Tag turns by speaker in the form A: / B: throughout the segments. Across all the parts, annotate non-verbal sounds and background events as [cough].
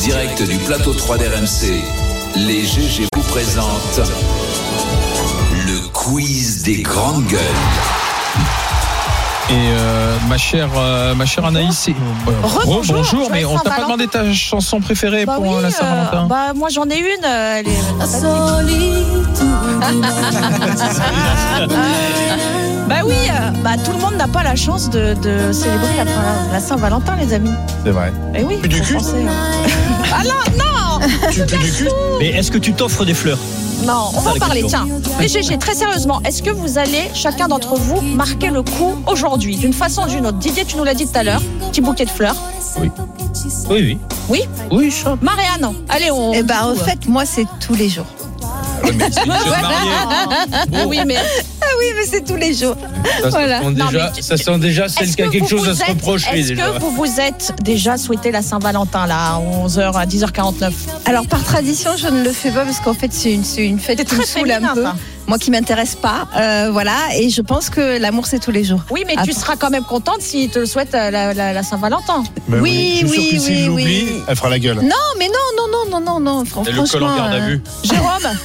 A: direct du plateau 3 d'RMC, les GG vous présentent le quiz des grandes gueules.
B: Et euh, ma chère, euh, ma chère Anaïs, c'est-
C: Rebonjour,
B: bonjour, mais on t'a pas
C: Saint-Valentin.
B: demandé ta chanson préférée
C: Bah
B: pour
C: oui,
B: euh, la
C: euh,
B: Saint-Valentin.
C: bah moi j'en ai une. euh, elle est- [laughs] Bah oui, euh, bah tout le monde n'a pas la chance de, de célébrer la, la Saint-Valentin, les amis.
D: C'est vrai.
C: Et oui.
D: Mais du
C: faut
D: cul
C: penser, hein.
D: Tu pues du cul
E: Mais est-ce que tu t'offres des fleurs
C: Non, on
E: Ça,
C: va en
E: la
C: parler.
E: question.
C: Tiens, les GG, très sérieusement, est-ce que vous allez chacun d'entre vous marquer le coup aujourd'hui, d'une façon ou d'une autre Didier, tu nous l'as dit tout à l'heure, petit bouquet de fleurs.
E: Oui, oui.
B: Oui, ça.
C: Marianne, allez on.
F: Eh ben, en fait, moi, c'est tous les jours.
B: C'est une jeune [laughs] mariée.
C: Ah oui,
G: [laughs]
C: mais
F: Oui, mais c'est tous les jours.
G: Ça,
F: Voilà.
G: sent
C: Non,
G: déjà,
C: mais-
G: ça sent déjà celle
C: Est-ce
G: qui a
C: que
G: quelque
C: vous
G: chose à
C: vous
G: se
C: êtes-
G: reprocher
C: Est-ce
G: déjà.
C: que vous vous êtes déjà souhaité la Saint-Valentin là à 11h à 10h49
F: Alors, par tradition, je ne le fais pas parce qu'en fait, c'est une, c'est une
C: C'est
F: fête qui
C: très
F: me saoule
C: féminin,
F: un peu.
C: ça.
F: Moi qui m'intéresse pas. euh, voilà. Et je pense que l'amour, c'est tous les jours.
C: Oui, mais tu
F: Attends.
C: seras quand même contente s'il te le souhaite euh, la, la- la Saint-Valentin.
D: Mais
F: Oui,
D: je suis
F: oui,
D: sûr que si
F: oui,
D: je l'oublie,
F: oui.
D: elle fera la gueule.
F: Non, Oh, mais non, non, non, non, non, non. fran-
B: Et
F: Franchement.
B: le col en garde à
F: euh,
B: vue.
F: Jérôme.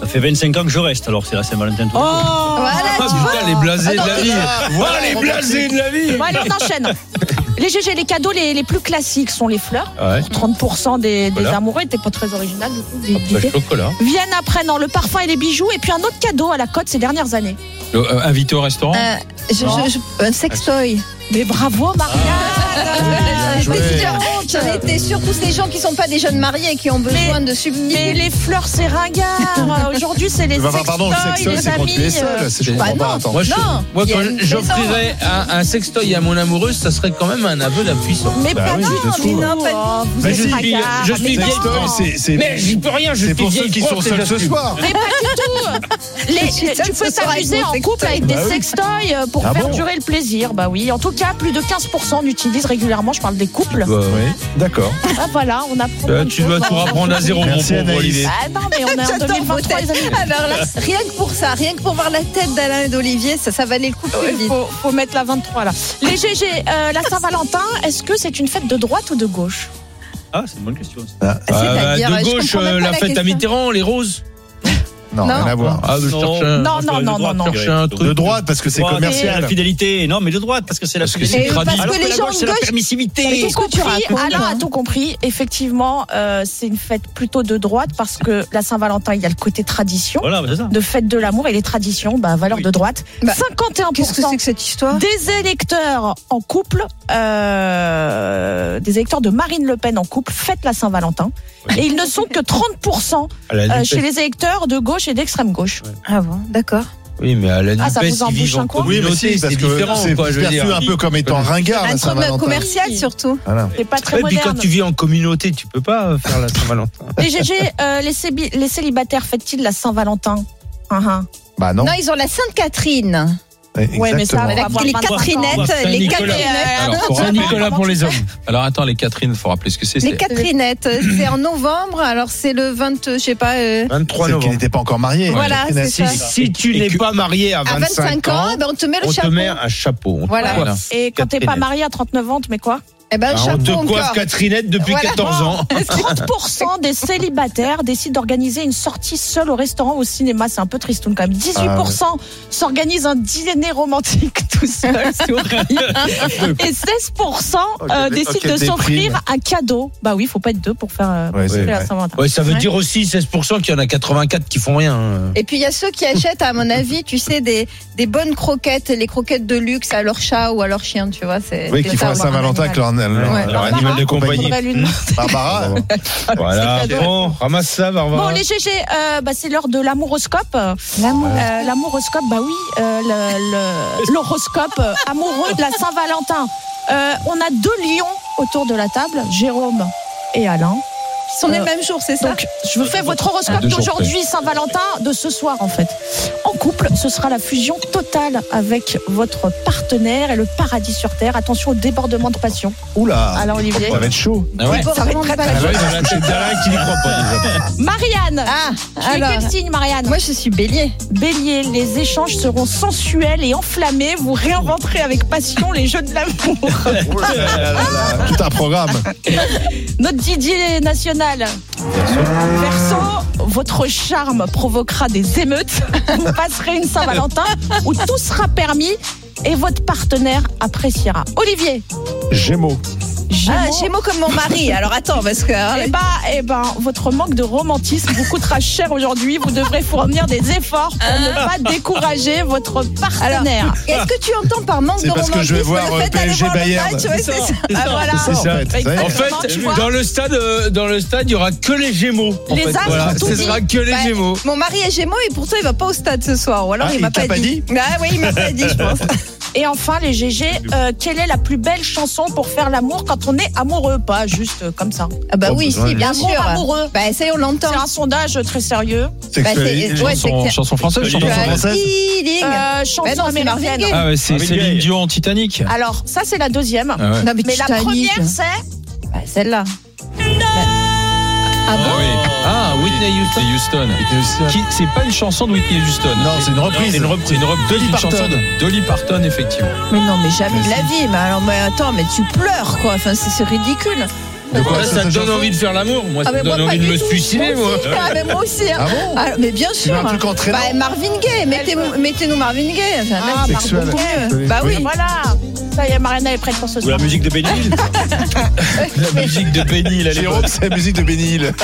E: Ça fait 25 ans que je reste, alors c'est la Saint-Valentin. tous les jours.
F: voilà,
G: Ah
F: tu vois.
G: putain, les blasés de la
C: Oh, Attends,
G: vie Voilà les blasés de la vie
C: Bon, allez, on enchaîne. Les GG, les cadeaux les, les plus classiques sont les fleurs.
G: Ouais,
C: 30% des, des
G: Voilà.
C: amoureux n'étaient pas très original du coup.
D: Ah,
C: des-
G: bah,
C: des-
G: chocolat.
C: Viennent après, non, le parfum et les bijoux. Et puis un autre cadeau à la cote ces dernières années.
B: Le, euh, invité au restaurant.
F: Euh, je- je- je- un sextoy. Euh,
C: Mais bravo, Marianne
D: joué.
F: Mais c'est honte. J'en étais sûre, tous les gens qui sont pas des jeunes mariés et qui ont besoin de
C: Mais
F: substituer.
C: les fleurs, c'est ringard. Aujourd'hui, c'est les
D: Bah, bah, pardon, le
C: sextoys,
D: sextoy,
C: les
D: c'est contre
C: amis.
D: les seuls.
C: euh,
D: c'est- Je
G: Bah
D: comprends pas.
F: non.
D: Attends.
G: Moi, je-
F: Non,
G: moi,
F: il y a
G: quand
F: une
G: j'offrirais un, un sextoy à mon amoureuse, ça serait quand même un aveu d'impuissance.
C: Mais
D: Bah
C: pas
D: oui,
C: non,
D: je
C: mais
D: trouve.
C: non, pas- vous
D: Bah,
C: êtes
D: je suis-
C: ringard.
G: je suis
C: Mais
G: vieille
C: non.
D: Sextoy, c'est-
G: Mais
D: c'est
G: j'y peux rien, je
D: c'est
G: suis
D: pour ceux
G: vieille
D: qui sont
G: prof,
D: seuls
G: déjà,
D: ce
G: tu-
D: soir.
C: Mais pas du tout Les-
F: suis
C: les-
F: seule
C: Tu
F: ce
C: peux
F: soir avec
C: t'amuser
F: mon
C: en couple
F: sextoy.
C: avec des
D: Bah oui.
C: sextoys euh, pour
D: Ah
C: faire
D: bon
C: durer le plaisir. Bah oui, en tout cas, plus de 15% l'utilisent régulièrement. Je parle des couples.
G: Bah,
D: D'accord.
C: Ah voilà, on apprend.
B: Euh,
C: plein de
B: tu
C: choses.
B: dois tout reprendre à zéro, mon
D: Merci,
B: pauvre
D: Anaïs.
B: Olivier.
C: Ah non, mais on est en
F: J'adore
C: 2023,
F: vos
C: les amis.
F: Alors là, rien que pour ça, rien que pour voir la tête d'Alain et d'Olivier, ça, ça valait le coup de plus
C: Il
F: vite.
C: faut, faut mettre la 23 là. Les GG, euh, la Saint-Valentin, est-ce que c'est une fête de droite ou de gauche
E: Ah, c'est une bonne question. ça.
G: Ah, bah,
F: C'est-à-dire,
G: de
F: je
G: gauche,
F: comprends même
G: euh,
F: pas
G: la
F: la
G: fête à
F: question.
G: Mitterrand, les roses.
D: Non,
F: Non.
D: rien à voir.
G: Ah, je cherche un-
C: Non,
E: Moi, je
C: non,
E: parlais de
C: non,
E: droite,
C: non,
E: je
C: non.
E: dirais.
B: Chercher un
E: De
B: truc.
D: De droite, parce que c'est
E: droite,
D: commercial.
E: La fidélité. Non, mais de droite, parce que c'est la
B: Parce que c'est
E: fidélité.
F: Et parce que
E: Alors
F: les
E: la
F: gens
E: gauche, c'est la
F: de gauche-
E: permissivité.
C: tout compris,
F: racontes,
C: Alain a
F: hein.
C: tout compris. Effectivement, euh, c'est une fête plutôt de droite parce que la Saint-Valentin, il y a le côté tradition.
E: Voilà, bah, c'est ça.
C: de fête de l'amour et les traditions, bah, valeur
E: Oui.
C: de droite.
F: Bah, Qu'est-ce que
C: 51%
F: c'est que cette histoire
C: des électeurs en couple, euh, des électeurs de Marine Le Pen en couple, fêtent la Saint-Valentin. Et ils ne sont que 30%
G: À la
C: euh,
G: Nupes.
C: chez les électeurs de gauche et d'extrême gauche.
F: Ah bon, d'accord.
G: Oui, mais à la
C: Ah, ça
G: Nupes,
C: vous
G: ils
C: embouche
G: vivent
C: un
G: en
C: coin
D: Oui, mais
G: communauté,
D: si, parce
G: c'est
D: que
G: différent,
D: c'est
G: quoi, je veux
D: perçu
G: dire.
D: un peu comme étant ringard,
F: Un
D: la
F: truc
D: Saint-Valentin.
F: commercial surtout.
D: Voilà.
C: C'est pas très
G: Et puis quand
C: moderne.
G: tu vis en communauté, tu peux pas euh, faire la Saint-Valentin.
C: Les GG, euh, les, cébi- les célibataires fêtent-ils la Saint-Valentin Hein, hein.
D: Bah non.
F: Non, ils ont la Sainte Catherine.
C: Ouais, mais ça,
D: Exactement.
C: on va avoir
F: les
C: 23 ans.
F: Catherinettes,
G: Saint
F: les
G: Nicolas.
F: Catherinettes.
B: Alors, faut
C: Saint
B: rappeler-
C: Nicolas pour les hommes.
B: Alors attends, les Catherine, faut rappeler ce que c'est.
F: Les
B: c'est-
F: Catherinettes, c'est en novembre, alors c'est le 20, je sais pas. euh,
G: 23
D: Celle qui
G: novembre.
D: n'était pas encore mariée.
F: Voilà, c'est
G: Si,
F: ça.
G: si tu n'es pas marié à
F: À
G: 25,
F: 25 ans, eh ben, on te met le
G: on te
F: chapeau.
G: met un chapeau. On te-
F: Voilà.
B: Voilà.
C: Et quand t'es pas marié à 39 ans, tu mets quoi
F: Eh ben, le
G: Ah, on
F: chapeau
G: te coiffe
F: encore.
G: Catherinette depuis
F: Voilà.
G: 14 ans.
C: 30% des célibataires décident d'organiser une sortie seule au restaurant ou au cinéma. C'est un peu tristoun
D: Ah
C: quand même. 18% s'organisent un dîner romantique [laughs] tout seul.
D: [laughs]
C: c'est horrible. Et 16% euh,
D: Ok, Oh, dé-
C: décident
D: ok,
C: de
D: déprime.
C: s'offrir un cadeau. Bah oui, faut pas être deux pour faire euh,
D: Ouais, c'est
C: s'offrir
D: vrai.
C: à Saint-Valentin.
G: Ouais, ça veut
F: Ouais.
G: dire aussi 16% qu'il y en a 84 qui font rien. hein.
F: Et puis il y a ceux qui achètent, à mon avis, tu sais, des, des bonnes croquettes, les croquettes de luxe à leur chat ou à leur chien, tu vois. C'est
D: Oui,
F: c'est
D: qui
F: ça,
D: font la
F: avoir un
D: Saint-Valentin avec
F: animal.
D: leur, leur-
F: Ouais.
G: Alors,
D: leur
G: animal de compagnie.
C: Faudrait lui [laughs] demander.
D: [laughs]
G: Ah.
D: Barbara.
G: [laughs] Voilà,
C: C'est cadeau.
G: bon, ramasse ça,
C: Bon,
G: Barbara.
C: les GG, euh, bah, c'est l'heure de l'amouroscope. Euh, L'amouroscope, bah oui, euh, le- le- l'horoscope euh, amoureux de la Saint-Valentin. Euh, on a deux lions autour de la table, Jérôme et Alain,
F: Ils sont les mêmes jours, c'est ça
C: Donc, je vous fais votre horoscope
B: Deux jours
C: d'aujourd'hui, Saint-Valentin, de ce soir en fait. En couple, ce sera la fusion totale avec votre partenaire et le paradis sur terre. Attention au débordement de passion.
D: Oula.
C: Alors, Olivier.
D: Ça va être chaud.
B: Ah ouais.
C: Ça va être très
B: Ah
C: très
B: ouais, dans la tête d'Alain qui n'y croit pas. déjà.
C: Marianne
F: Ah,
C: Tu es
F: alors.
C: quel signe, Marianne
F: Moi, je suis bélier.
C: Bélier, les échanges seront sensuels et enflammés. Vous réinventerez avec passion les jeux de l'amour. [laughs]
D: Oh là là là là Bah, là. Tout un programme.
C: Notre Didier national. Verso, votre charme provoquera des émeutes. [laughs] Vous passerez une Saint-Valentin où tout sera permis et votre partenaire appréciera. Olivier,
D: Gémeaux.
F: Ah,
C: Gémeaux,
F: Gémeaux comme mon [laughs] mari. Alors attends, parce que. hein,
C: eh ben, eh ben, votre manque de romantisme vous coûtera cher aujourd'hui. Vous devrez fournir des efforts pour ne pas décourager votre partenaire.
F: Est-ce que tu entends par manque
D: C'est
F: de
D: parce
F: romantisme
D: que je vais voir,
F: le
D: euh,
F: fait d'aller
D: PSG
F: voir le
D: Bayern.
F: match, ouais, c'est ça. Ah, voilà.
D: C'est ça.
C: fait.
D: ça y est.
G: En fait,
C: Comment tu vois
G: dans le stade, euh, dans le stade, il y aura que les Gémeaux. en
C: Les
G: fait,
C: astres
G: voilà.
C: ont tout
G: Ce
C: dit.
G: sera que les
F: Ouais.
G: Gémeaux.
F: Mon mari est Gémeaux et pourtant il va pas au stade ce soir. Ou alors
D: Ah,
F: il
D: il
F: m'a
D: t'a
F: pas,
D: pas
F: dit. Ah oui, il m'a pas dit, je
D: [laughs]
F: pense.
C: Et enfin, les GG, euh, quelle est la plus belle chanson pour faire l'amour quand on est amoureux Pas juste euh, comme ça.
F: Ah bah
D: Oh,
F: oui,
D: besoin
F: si,
D: de-
F: bien
C: L'amour
F: sûr.
C: amoureux.
F: Bah ça y est, on l'entend.
C: C'est un sondage très sérieux.
D: Sexualité.
F: Ouais, c'est
B: Chanson,
F: clair.
B: chanson française,
E: Chanson
B: chanson
F: Tu as
B: française.
D: française
F: feeling.
C: Euh,
F: Bah
C: chanson
F: non, c'est Marvin
C: américaine.
F: Gaye.
B: Ah ouais, c'est
E: Marvin
B: Céline
E: Gaye.
B: Dion en Titanic.
C: Alors, ça, c'est la deuxième.
B: Ah ouais.
F: Non, mais,
C: Mais
F: tu
C: la
F: t'as nique.
C: première, c'est.
F: Bah, celle-là.
B: Ah, oui. Ah, Whitney Houston. Qui, c'est pas une chanson de Whitney Houston.
D: Non, c'est une reprise.
B: C'est une reprise. C'est une reprise
D: Dolly
B: d'une
D: Parton.
B: chanson de Dolly Parton, effectivement.
F: Mais non, mais jamais
D: Mais
F: de la vie. Mais alors, mais attends, mais tu pleures quoi. Enfin, c'est c'est ridicule.
D: De quoi
G: Là, ça
D: cette
G: me donne
D: chanson
G: envie de faire l'amour. Moi, ça me donne envie de me suicider, moi.
F: Ah, mais moi aussi. hein.
D: Ah bon
F: Ah, mais bien sûr.
D: un truc entraînant.
F: Bah, Marvin Gaye, mettez-nous mettez-nous Marvin Gaye. Enfin,
C: Ah,
F: même
C: Marvin
D: Sexuel.
F: Gaye. Bah oui.
C: Voilà. Ça y est, Mariana est prête pour ce
E: Ou la
C: soir.
E: musique de Benny Hill.
B: La musique de Benny, il
D: Jérôme, c'est la musique de Bénil.